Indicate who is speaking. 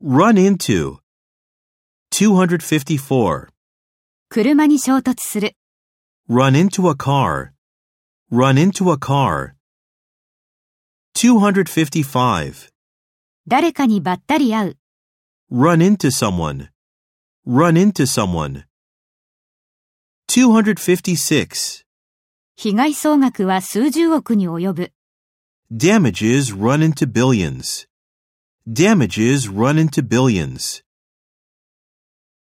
Speaker 1: Run into. 254.
Speaker 2: 車に衝突する、
Speaker 1: Run into a car. Run into a car. 255.
Speaker 2: 誰かにばったり会う、
Speaker 1: Run into someone. Run into someone. 256.
Speaker 2: 被害総額は数十億に及ぶ、
Speaker 1: Damages run into billions. Damages run into billions.